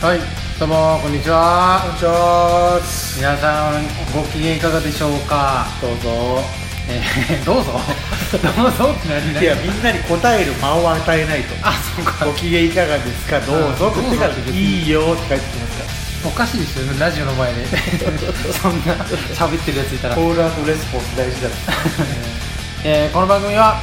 はい、どうもこんにちは。こんにちは皆さんご機嫌いかがでしょうか。どうぞえー、どうぞ。 どうぞって何いや何。みんなに答える間を与えないとあ、そうかご。機嫌いかがですかどうぞあって言ってからどうぞっていいよって帰ってきますかおかしいですよね、ラジオの前で。 そんな喋ってるやついたららコ。ールアンドレスポンス大事だえーこの番組は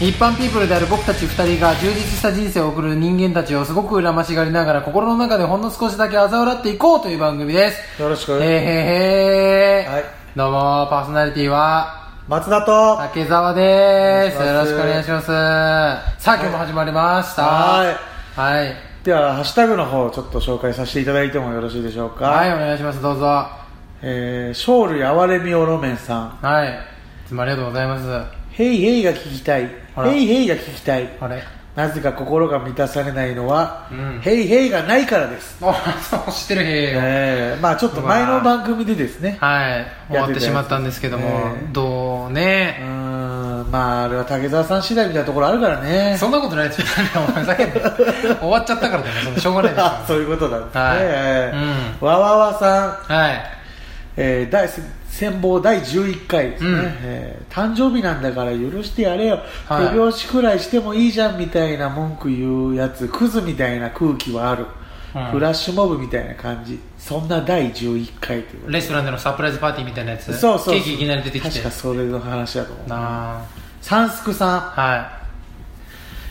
一般ピープルである僕たち2人が充実した人生を送る人間たちをすごく羨ましがりながら心の中でほんの少しだけ嘲笑っていこうという番組ですよろしくへーへーへー、はいどうもパーソナリティは松田と竹澤ですお願よろいししますくお願いしますさあ今日も始まりましたはいはいはい、ではハッシュタグの方をちょっと紹介させていただいてもよろしいでしょうか、お願いしますどうぞはえー、ショールやわれみおろめんさんいいつもありがとうございますヘイヘイが聞きたいあらヘイヘイが聞きたいあれなぜか心が満たされないのは、うんヘイヘイがないからです、あそう知ってるへーえーまあちょっと前の番組でですねはい、終やってたわっやてつしまったんですけども、ねどううーね、んまああれは竹澤さん次第みたいなところあるからねそんなことないですよ、 お前、ふざけんなよ終わっちゃったからだよ、そのしょうがないですあか そういうことなんですね、はいえーうわわわさん、 ら、はい、えー、第戦望第11回ですね、うんえー誕生日なんだから許してやれよ、はい手拍子くらいしてもいいじゃんみたいな文句言うやつクズみたいな空気はある、うんフラッシュモブみたいな感じそんな第11回ということでレストランでのサプライズパーティーみたいなやつ、そうそうケーキいきなり出てきて確か、それの話だと思うなサンスクさんあは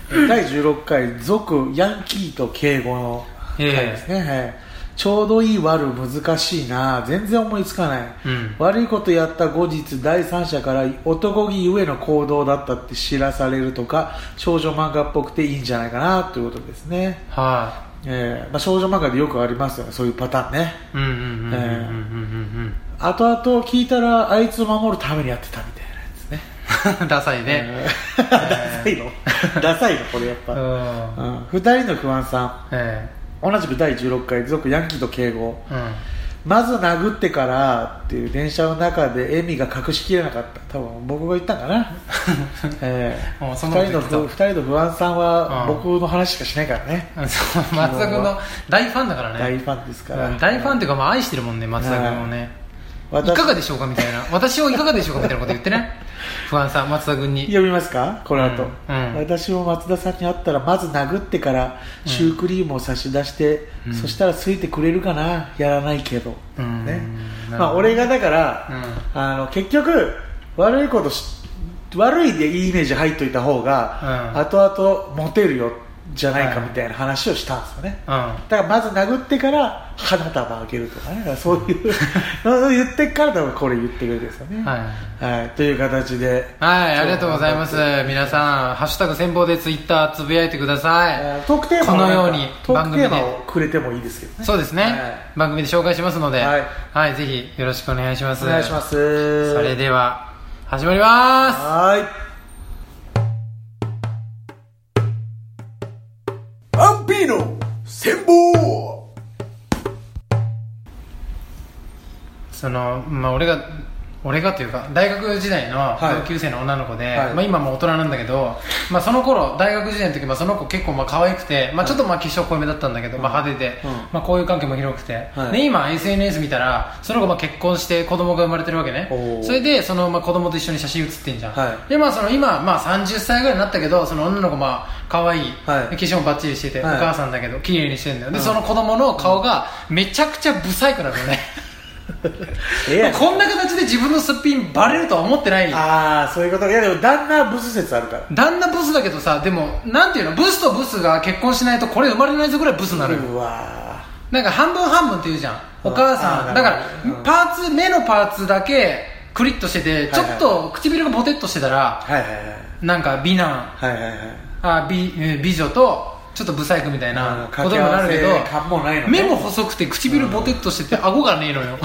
第16回「俗ヤンキーと敬語」の回ですね、はいちょうどいい悪難しいな全然思いつかない、うん悪いことやった後日第三者から男気ゆえの行動だったって知らされるとか少女漫画っぽくていいんじゃないかなということですね、い、はえーまあ、少女漫画でよくありますよねそういうパターンねい、うんうんうんうんうんうんうんうん後々聞いたらあいつを守るためにやってたみたいなやつね、うん、 ダサいね、えー ダサいのダサいのこれやっうぱ、ん、うん、2人の不安さんえ同じく第16回続ヤンキーと敬語えうん、まず殴ってからっていう電車の中で笑みが隠しきれなかった多分僕が言ったんか な、ええもうそんな2こと人の言ってた不2人の不安さんはうん僕の話しかしないからね、そう松田君の大ファンだから大ね、ファンですかうらん大ファンっていうか、まあ、愛してるもんね、松田君をね。い私かがでしょうかみたいな私をいかがでしょうかみたいなこと言って ね不安さん松田君に読みますかこの後、うんうん私も松田さんに会ったらまず殴ってからシュークリームを差し出して、うんそしたらついてくれるかなやらないけど、うんねなるほどまあ、俺がだから、あの結局悪いことし悪いでいいイメージ入っといた方が、うん後々モテるよじゃないかはいみたいな話をしたんですよね、うんだからまず殴ってから花束あげるとかねだからそう いうのを言ってから多分これ言ってくれるんですよね、はいはい、という形ではいありがとうございます皆さん「ハッシュタグ戦法」でツイッターつぶやいてくださえートークテーマをこのようにトークテー番マ組でをくれてもいいですけどいねそうですね、はい番組で紹介しますのでははいい、ぜひよろしくお願いしますお願いしますそれでは始まりまはーいアンピーの戦法すそのまあ俺が俺がというか大学時代のはい同級生の女の子で、はいまあ、今もう大人なんだけど、まあ、その頃大学時代の時、まあ、その子結構まあ可愛くて、まあ、ちょっとまあ化粧濃いめだったんだけど、まあ、派手で、うんまあ、こういう関係も広くて、はいで今 SNS 見たらその子まあ結婚して子供が生まれてるわけねおーそれでそのまあ子供と一緒に写真写ってんじゃん、はいでまあその今まあ30歳ぐらいになったけどその女の子まあ可愛い、はい化粧もバッチリしてて、はいお母さんだけど綺麗にしてんだよで、その子供の顔がめちゃくちゃブサイクなのよねええこんな形で自分のすっぴんバレるとは思ってないああそういうこといやでも旦那はブス説あるから旦那ブスだけどさでもなんていうのブスとブスが結婚しないとこれ生まれないぞぐらいブスになるよ、うわなんか半分半分って言うじゃんお母さあんーだかなるらほどパーツ目のパーツだけクリッとしてていちょっと唇がボテッとしてたーらはいはいはいなんか美男はいはいはいあ美えー美女とちょっとブサイクみたいなうんことにもなるけ掛け合どわせ感もないのね目も細くて唇ボテッとしてて顎がねえのよ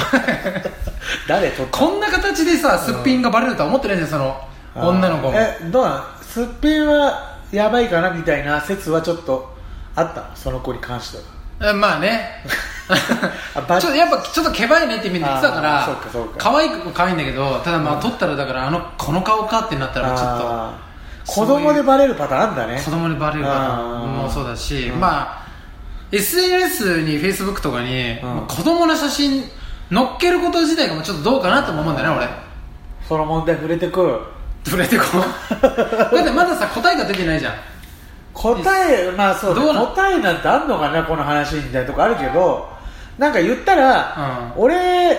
誰とったこんな形でさすっぴんがバレるとは思ってないんですよその女の子もえどうなんすっぴんはやばいかなみたいな説はちょっとあったのその子に関してはえまあね あバッちょっとやっぱちょっとけばいねってみんな言ってたからあーそうかそうか可愛くも可愛いんだけどただまあ撮ったらだからあのこの顔かってなったらちょあーそう子いう供でバレるパターンあんだねっと子供にバレるからあーもうそうだしうんまあ SNS に Facebook とかに、んもう子供の写真載っけること自体がもうちょっとどうかなとも思うんだよねその問題触れてく俺触れてこ うだってまださ答えが出てないじゃん答えまあそうどうなん答えなんてあんのかなこの話みたいなとこあるけどなんか言ったら、俺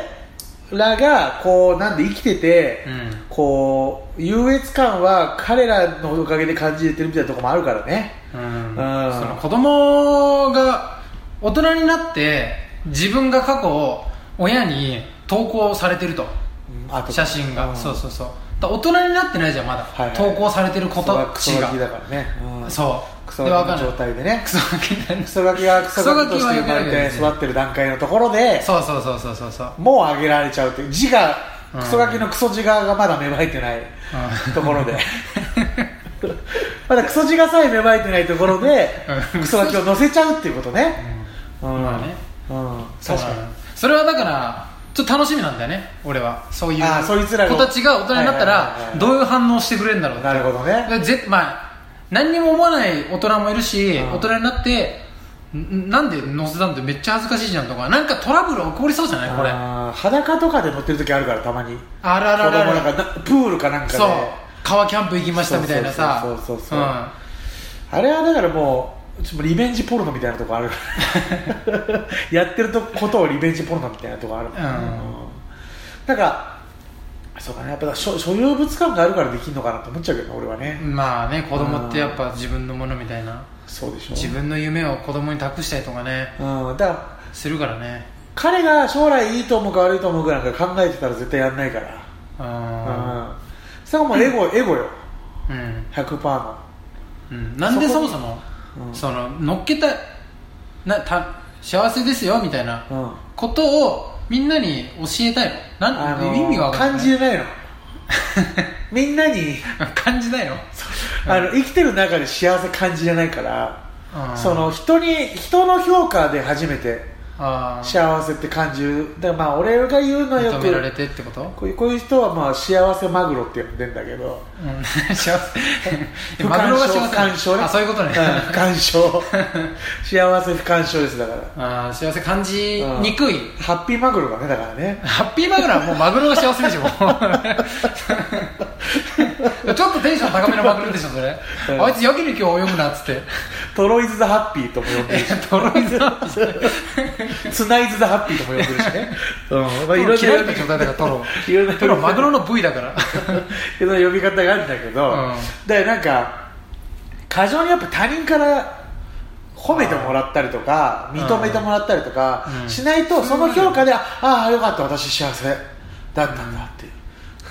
らがこうなんで生きてて、うんこう優越感は彼らのおかげで感じれてるみたいなとこもあるからねうんうんその子供が大人になって自分が過去親に投稿されてるとあと写真が、んそうそうそうだ大人になってないじゃんまだ、はいはい投稿されてる子クたソガキクちソがガキだからね、うんそうクソでわかガんキなのい状態でねクソガキになるクソガキがクソガキとして生まれて育ってる段階のところでそうそうそうそうそうそうもう上げられちゃうっていう字がうんクソガキのクソ字がまだ芽生えてないところでまだクソ字がさえ芽生えてないところでうんクソガキを乗せちゃうっていうことねうんまあねうんそう確なかのにそれはだからちょっと楽しみなんだよね俺はそういうあーそいつらが子たちが大人になったはいはいはいはらいどういう反応してくれるんだろうってなるほどねだからぜまあ何にも思わない大人もいるし、うん大人になってんなんで載せたんってめっちゃ恥ずかしいじゃんとかなんかトラブル起こりそうじゃないこれああー裸とかで乗ってる時あるからたまにあら子ら供らなんらかなプールかなんかでそう川キャンプ行きましたみたいなさそうそうそうそうそうんあれはだからもうちょっとリベンジポルノみたいなとこある やってるとことをリベンジポルノみたいなとこあるもんね、うんうんなんかそうかねやっぱ所所有物感があるからできるのかなと思っちゃうけど俺はね、まあね子供ってやっぱ自分のものみたいなそうでしょ自分の夢を子供に託したりとかねうん、だからするからね彼が将来いいと思うか悪いと思うかなんか考えてたら絶対やんないから、ううんんそれはもうエ ゴ,、エゴようん、 100%のうん、なんでそもそもうんその乗っけたなた幸せですよみたいなうんことをみんなに教えたいのなん、あのー意味が分かん感ないじれないのみんなに 感じないのあの生きてる中で幸せ感じれないからうんその人に人の評価で初めてあー幸せって感じるだからまあ俺が言うのはよ認められくてってこと、こういうこういう人はまあ幸せマグロって呼んでんだけどうん、 幸せマグロが幸せ不干渉ねあそういうことね、ん不干 渉幸せ不干渉ですだからあー幸せ感じにくい、ハッピーマグロだねだからねハッピーマグロはもうマグロが幸せ でしょちょっとテンション高めのマグロでしょそれ、うんあいつやけに今日泳ぐなっつ ってトロイズ・ザ・ハッピーとも呼んでるえトロイズハッピーツナイズ・ザ・ハッピーとも呼んでるしね うんまあいろん嫌いなな状態だからトロいろんなトロマグロの部位だから いろんな呼び方があるんだけど、うんだからなんか過剰にやっぱ他人から褒めてもらったりとかうん認めてもらったりとかうんしないとその評価で、ああよかった私幸せだったんだっていう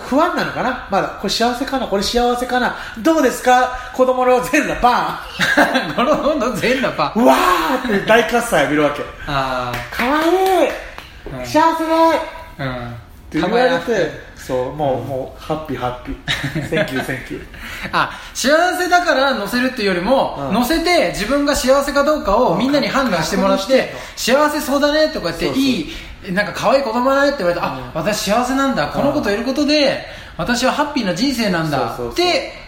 不安なのかなまだこれ幸せかなこれ幸せかなどうですか子供の全裸バ ゴロゴロ全裸パーン うわーって大喝采浴びるわけあかわいい、うん幸せだってあう言んわれたまにてそうもう、もうハッピーハッピーセンキューセンキューあ幸せだから乗せるっていうよりも、うん乗せて自分が幸せかどうかをみんなに判断してもらって、うん幸せそうだねとか言ってそうそういいなんか可愛い子供だねって言われて、うんあ私幸せなんだこの子といることで、私はハッピーな人生なんだそうそうそうって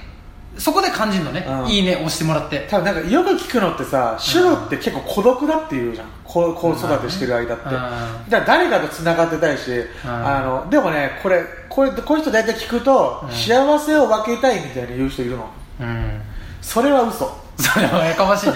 そこで感じるのね、うんいいね押してもらって多分なんかよく聞くのってさ主婦って結構孤独だって言うじゃん子子育てしてる間って、うんじゃあ誰かとつながってたいし、あのでもねこれこれこういう人大体聞くと、ん幸せを分けたいみたいに言う人いるのうんそれは嘘 それはやかましいね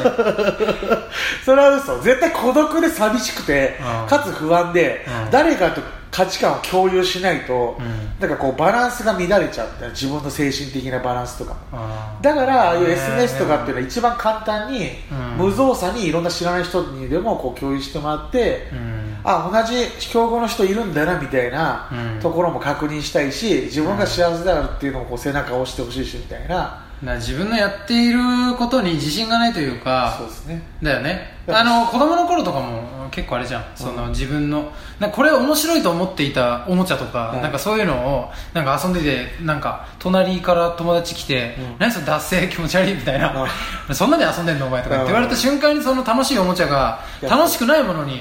それは嘘絶対孤独で寂しくて、うんかつ不安で、うん誰かと価値観を共有しないと、うんなんかこうバランスが乱れちゃうみたいな自分の精神的なバランスとかもあーだからああいうね SNS とかっていうのは一番簡単にうん無造作にいろんな知らない人にでもこう共有してもらってうんあ同じ競合の人いるんだなみたいなうんところも確認したいし自分が幸せだっていうのをこう背中を押してほしいしみたいなな自分のやっていることに自信がないというかそうですねだよねあの子供の頃とかも結構あれじゃんその自分のなんかこれ面白いと思っていたおもちゃとか、うんなんかそういうのをなんか遊んでてなんか隣から友達来て、うん何それ脱線気持ち悪いみたいな、そんなで遊んでんのお前とかって言われた瞬間にその楽しいおもちゃがうん楽しくないものにう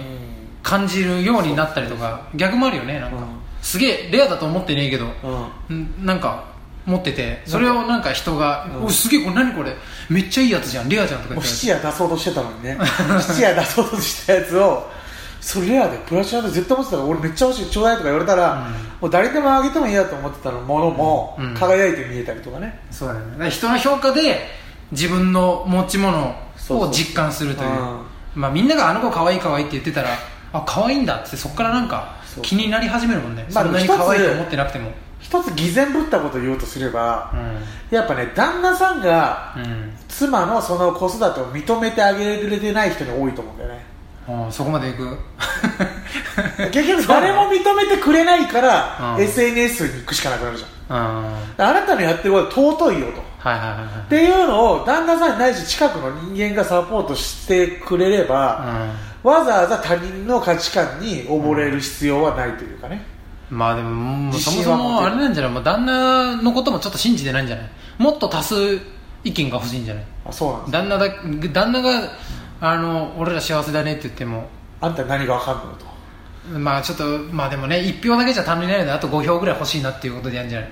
感じるようになったりとか逆もあるよねなんか、うんすげえレアだと思ってねえけど、んうんんなんか持っててそれをなんか人が「うんおすげえこれ何これめっちゃいいやつじゃんレアじゃん」とかもう言って質屋出そうとしてたのに ね質屋出そうとしたやつをそれレアでプラチナで絶対持ってたから俺めっちゃ欲しいちょうだいとか言われたら、うんもう誰でもあげても嫌だと思ってたのものもうん輝いて見えたりとかね、そうだねだから人の評価で自分の持ち物を実感するというそうそうそうまあみんながあの子可愛い可愛いって言ってたらあ可愛いんだってそっからなんかそう気になり始めるもんね、まあそんなにでも一つ可愛いと思ってなくても一つ偽善ぶったことを言おうとすれば、うやっぱね旦那さんがん、うん妻のその子育てを認めてあげれてない人に多いと思うんだ よねああ、そこまでいく 結局誰も認めてくれないから、うん SNS に行くしかなくなるじゃんああなたのやってることは尊いよとあはいはいはいはいっていうのを旦那さんないし近くの人間がサポートしてくれれば、わざわざ他人の価値観に溺れる必要はないというかね、うん、まあでももう自そも信そは持てるもあれなんじゃないもう旦那のこともちょっと信じてないんじゃないもっと多数意見が欲しいんじゃないあそうなんです旦那だ旦那があの俺ら幸せだねって言ってもあんた何がわかん のとまあちょっとまあでもね1票だけじゃ足りないのであと5票ぐらい欲しいなっていうことでやるんじゃない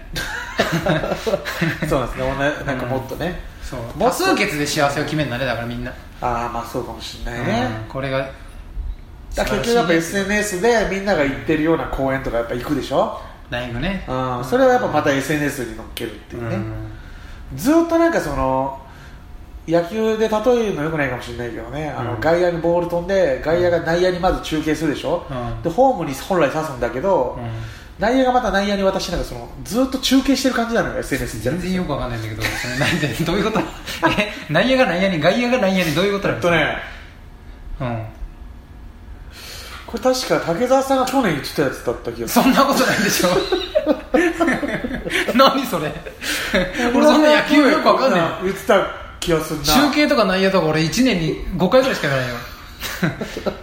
そうなんですね女なんかもっとね、 そうもっと多数決で幸せを決めるんだねだからみんな、ああまあそうかもしれないね、うんこれがだから結局やっぱ素晴らしいね SNS でみんなが行ってるような公園とかやっぱ行くでしょ、大学ねうん、それはやっぱまた SNS に乗っけるっていうね、うんずっとなんかその野球で例えるのよくないかもしれないけどね、あうのん外野にボール飛んで外野が内野にまず中継するでしょ、うんでホームに本来刺すんだけど、うん内野がまた内野に渡しなんかそのずっと中継してる感じなのよ SNS じゃ全然よくわかんないんだけど、それなんで、どういうこと え、内野が内野に、外野が内野にどういうことえなっのとねうん。これ確か竹澤さんが去年言ってたやつだった気がするそんなことないでしょ。 何それ。俺そんな野球よくわかんない。言ってた気がするな中継とか内野とか俺1年に5回ぐらいしかやらない よ。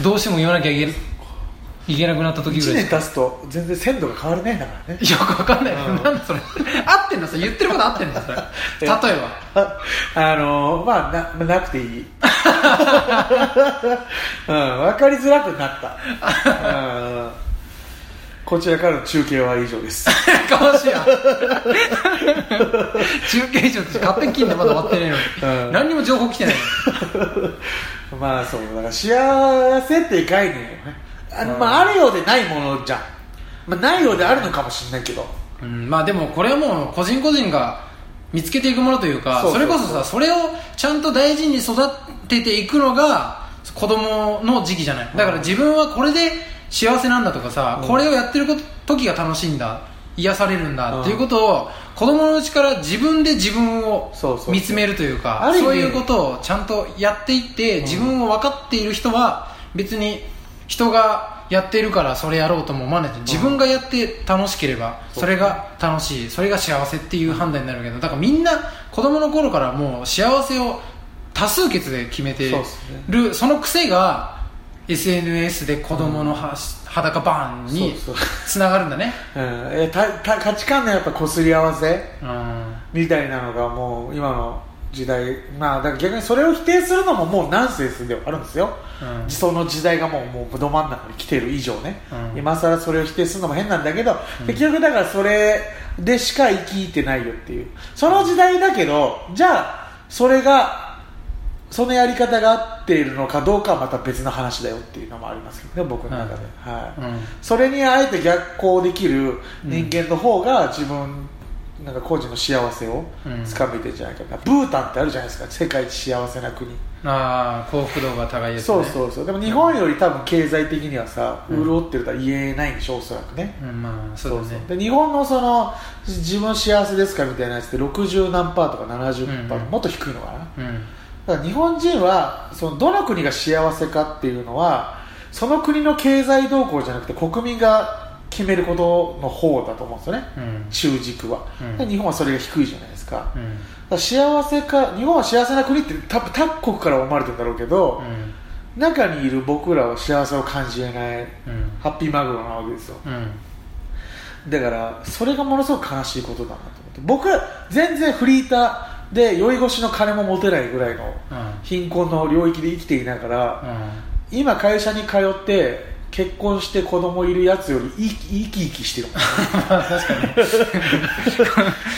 どうしても言わなきゃいけいけなくなった時ぐ1らい年しか。経つと全然鮮度が変わるねだから ねよくわかんない。うんなんだそれ。合ってんのそれ。言ってること合ってんのそれ。例えば。 ああのまあなまあなくてい い、うん、分かりづらくなった、うん、こちらからの中継は以上です かましいわ 中継所って勝手に切んでまだ終わってないのに、うん何にも情報来てないまあそうだから幸せっていう概念よねあ,、まあ、あるようでないものじゃん、まあ、ないようであるのかもしれないけどの、うん、まあでもこれはもう個人個人が見つけていくものというかそうそうそそうれこそさそれをちゃんと大事に育てていくのが子供の時期じゃないだから自分はこれで幸せなんだとかさ、うんこれをやってること時が楽しいんだ癒されるんだっていうことを、子供のうちから自分で自分をそうそう見つめるというかある意味そういうことをちゃんとやっていって、自分を分かっている人は別に人がやっているからそれやろうとも思わないし自分がやって楽しければそうそれが楽しいそれが幸せっていう判断になるけどだからみんな子供の頃からもう幸せを多数決で決めてそうっすねるその癖が SNS で子供のは裸バーンにそうそうつながるん だねうん、えたた価値観のやっぱ擦り合わせうんみたいなのがもう今の時代まあだから逆にそれを否定するのももうナンセンスではあるんですよ、うんその時代がもうもうど真ん中に来てる以上ね、うん今更それを否定するのも変なんだけど、結局だからそれでしか生きてないよっていうその時代だけどじゃあそれがそのやり方が合っているのかどうかはまた別の話だよっていうのもありますけどね僕の中で、はい、うんそれにあえて逆行できる人間の方が自分なんか個人の幸せをうんつかめてるんじゃないかな、ブータンってあるじゃないですか世界一幸せな国、ああ幸福度が高いやつ、ね、そうそうそうでも日本より多分経済的にはさ、潤ってるとは言えないんでしょおそらくね、うん、まあそうだねで日本のその自分幸せですかみたいなやつって60何パーとか70パー、うんもっと低いのかなうんだから日本人はそのどの国が幸せかっていうのはその国の経済動向じゃなくて国民が決めることの方だと思うんですよね、うん中軸は、うんで日本はそれが低いじゃないですか,、だかうんら幸せか日本は幸せな国って多分他国から思われてるんだろうけど、中にいる僕らは幸せを感じれないうんハッピーマグロなわけですようんだからそれがものすごく悲しいことだなと思って僕は全然フリーターで酔い越しの金も持てないぐらいのうん貧困の領域で生きていながら、うん今会社に通って結婚して子供いるやつより生き生き生きしてるもん確かに、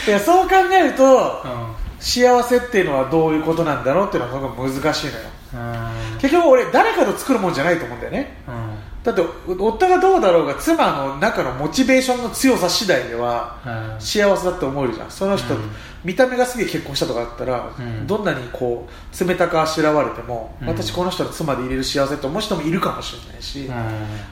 いやそう考えるとうん幸せっていうのはどういうことなんだろうっていうのはすごく難しいのようん結局俺誰かと作るもんじゃないと思うんだよねうんだって夫がどうだろうが妻の中のモチベーションの強さ次第ではうん幸せだって思えるじゃんその人、うん見た目がすげえ結婚したとかだったら、うんどんなにこう冷たくあしらわれても、うん私この人の妻でいれる幸せって思う人もいるかもしれないし、うだかん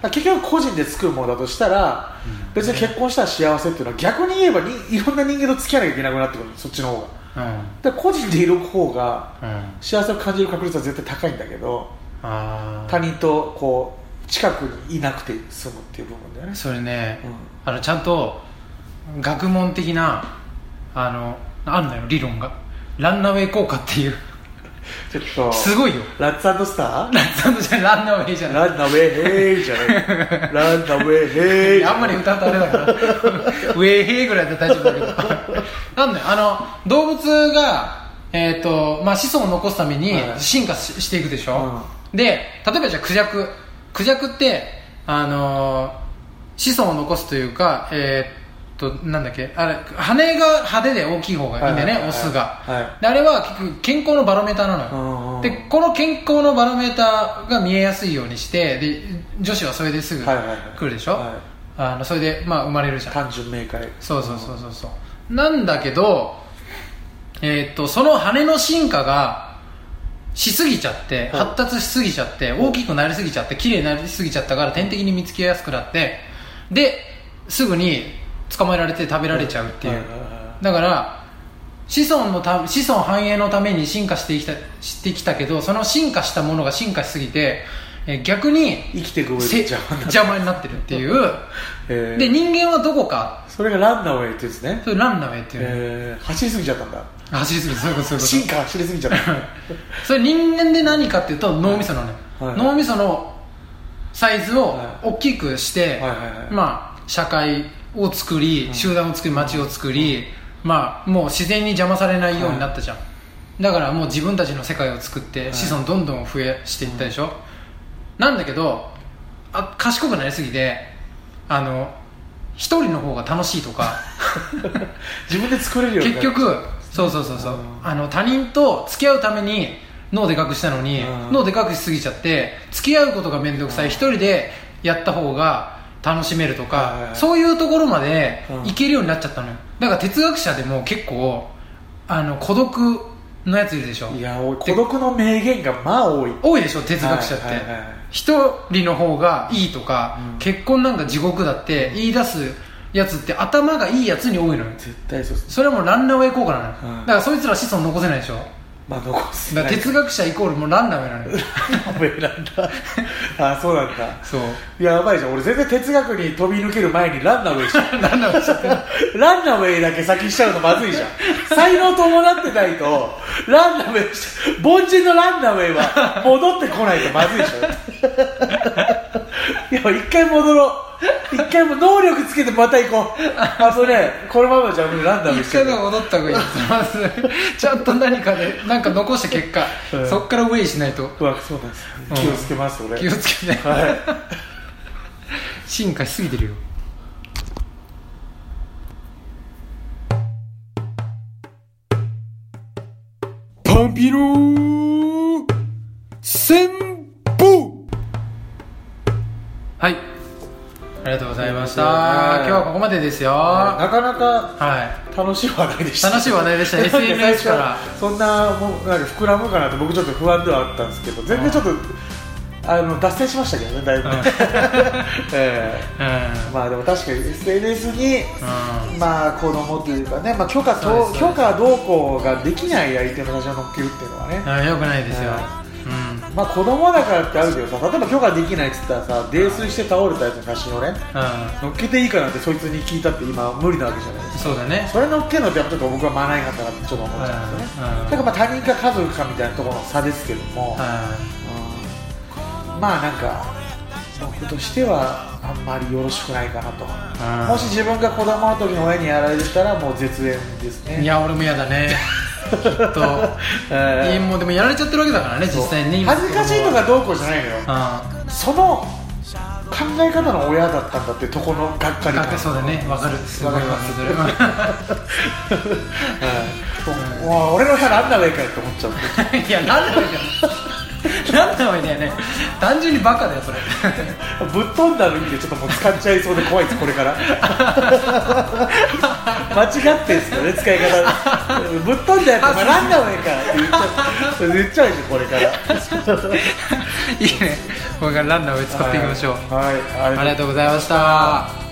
ら結局個人で作るものだとしたら、うん別に結婚したら幸せっていうのは逆に言えばにいろんな人間と付き合わなきゃいけなくなってくるそっちの方がうんだから個人でいる方がうん幸せを感じる確率は絶対高いんだけどあ他あ人とこう近くにいなくて済むっていう部分だよねそれね、うんあのちゃんと学問的なあのあるのよ理論がランナウェイ効果っていうちょっとすごいよラッツスターランじゃランナウェイじゃないランナウェイヘイじゃ ないランナウェイヘイあんまり歌うとあれだから ウェイヘイぐらいで大丈夫だけどなんだよあの動物が、えーとまあ、子孫を残すためにはい進化ししていくでしょ、で例えばじゃあクジャククジャクって、あのー子孫を残すというかえーっとなんだっけあれ羽が派手で大きい方がいいんだよはいね、はいはいオスが、はいであれは結局健康のバロメーターなのよ、うんうんでこの健康のバロメーターが見えやすいようにしてで女子はそれですぐはいはいはい来るでしょ、はいあのそれで、まあ、生まれるじゃん単純明快そうそうそうそうそうなんだけど、えーっとその羽の進化がしすぎちゃってはい発達しすぎちゃって大きくなりすぎちゃって綺麗になりすぎちゃったから天敵に見つけやすくなってですぐに捕まえられて食べられちゃうっていう、はいはいはだから子孫のた子孫繁栄のために進化してきたしてきたけどその進化したものが進化しすぎて、えー逆にい生きていく上でせ邪魔なんだ邪魔になってるっていうへー で人間はどこかそれがランナウェイってやつねそれランナウェイっていうの、えー走りすぎちゃったんだ走りすぎそういうことそういうこと進化走りすぎちゃったそれ人間で何かっていうと脳みそなのよ、はい脳みそのサイズをはい大きくして、はいはいはいまあ、社会を作り集団を作り街を作り、まあ、もう自然に邪魔されないようになったじゃん、だからもう自分たちの世界を作ってい子孫どんどん増やしていったでしょ、なんだけどあ賢くなりすぎてあの一人の方が楽しいとか自分で作れるように結なる局そうそうそうそう、うんあの他人と付き合うために脳でかくしたのに、うん脳でかくしすぎちゃって付き合うことが面倒くさい、一人でやった方が楽しめるとはいはいか、はいそういうところまでうんいけるようになっちゃったのよ、だから哲学者でも結構あの孤独のやついるでしょいや俺孤独の名言がまあ多い多いでしょ哲学者って、はいはいはい一人の方がいいとか、うん結婚なんか地獄だって言い出すやつって頭がいいやつに多いのよ絶対そうですそれはもうランナーウェイ効果なのよ、うんだからそいつら子孫残せないでしょまあ残すだから哲学者イコールもうランナーウェイなのよ学なんだあ そうなんだそういややばいじゃん俺全然哲学に飛び抜ける前にランナウェイしちゃうランナーウェイしちゃってるランナウェイだけ先にしちゃうのまずいじゃん才能伴ってないとランナウェイしちゃう凡人のランナウェイは戻ってこないとまずいでしょいや一回戻ろう一回もう能力つけてまた行こうあとねこのままじゃ俺ランナウェイし一ちゃ回うが戻った 方がいいまずちゃんと何かでなんか残した結果、うんそっからウェイしないとうわそうなんですうん気をつけます俺気をつけて、は 進化しすぎてるよいパンピロー千歩はいありがとうございましたあり今日がはとこうこまでですよはなかなかい楽しい話題でした楽しい話題でしたなんか SNS から最初そんなもうなんか膨らむかなって僕ちょっと不安ではあったんですけど全然ちょっと、あの脱線しましたけどねだいぶ、ねええまあでも確かに SNS にうん、うん、まあ子供というかね、まあ、許可そうですとそうです許可どうこうができない相手の写真を載っけるっていうのはね、あよくないですよ、うんまあ子供だからってあるけどさ例えば許可できないっつったらさ泥酔して倒れたやつの写真をねう載っけていいかなんてそいつに聞いたって今無理なわけじゃないですかん、そうだねそれ乗っけるのってやっぱちょっと僕はマナー違反だなってちょっと思っちゃうんですよね、うんうだかんらまあ他人か家族かみたいなところの差ですけども、ううんまあなんか僕としてはあんまりよろしくないかなと、んもし自分が子供の時に親にやられてたらもう絶縁ですねいや俺も嫌だねきっと、えーいいもうでもやられちゃってるわけだからね実際に恥ずかしいとかどうこうじゃないのようその考え方の親だったんだってとこのがっかりだ感ってそうだねわかるすごいわかわかりるわか はいもうわ俺の部屋ランナウェイかよって思っちゃってる いやなんだろうじゃんなんだろうだよね単純にバカだよそれぶっ飛んだの意味でちょっともう使っちゃいそうで怖いですこれから 間違ってんすよね使い方ぶっ飛んだやつお前ランナウェイかって言っちゃうそれ言っちゃうでしょこれからいいねこれからランナーを使っていきましょう、はい、はい、ありがとうございまありがとうございました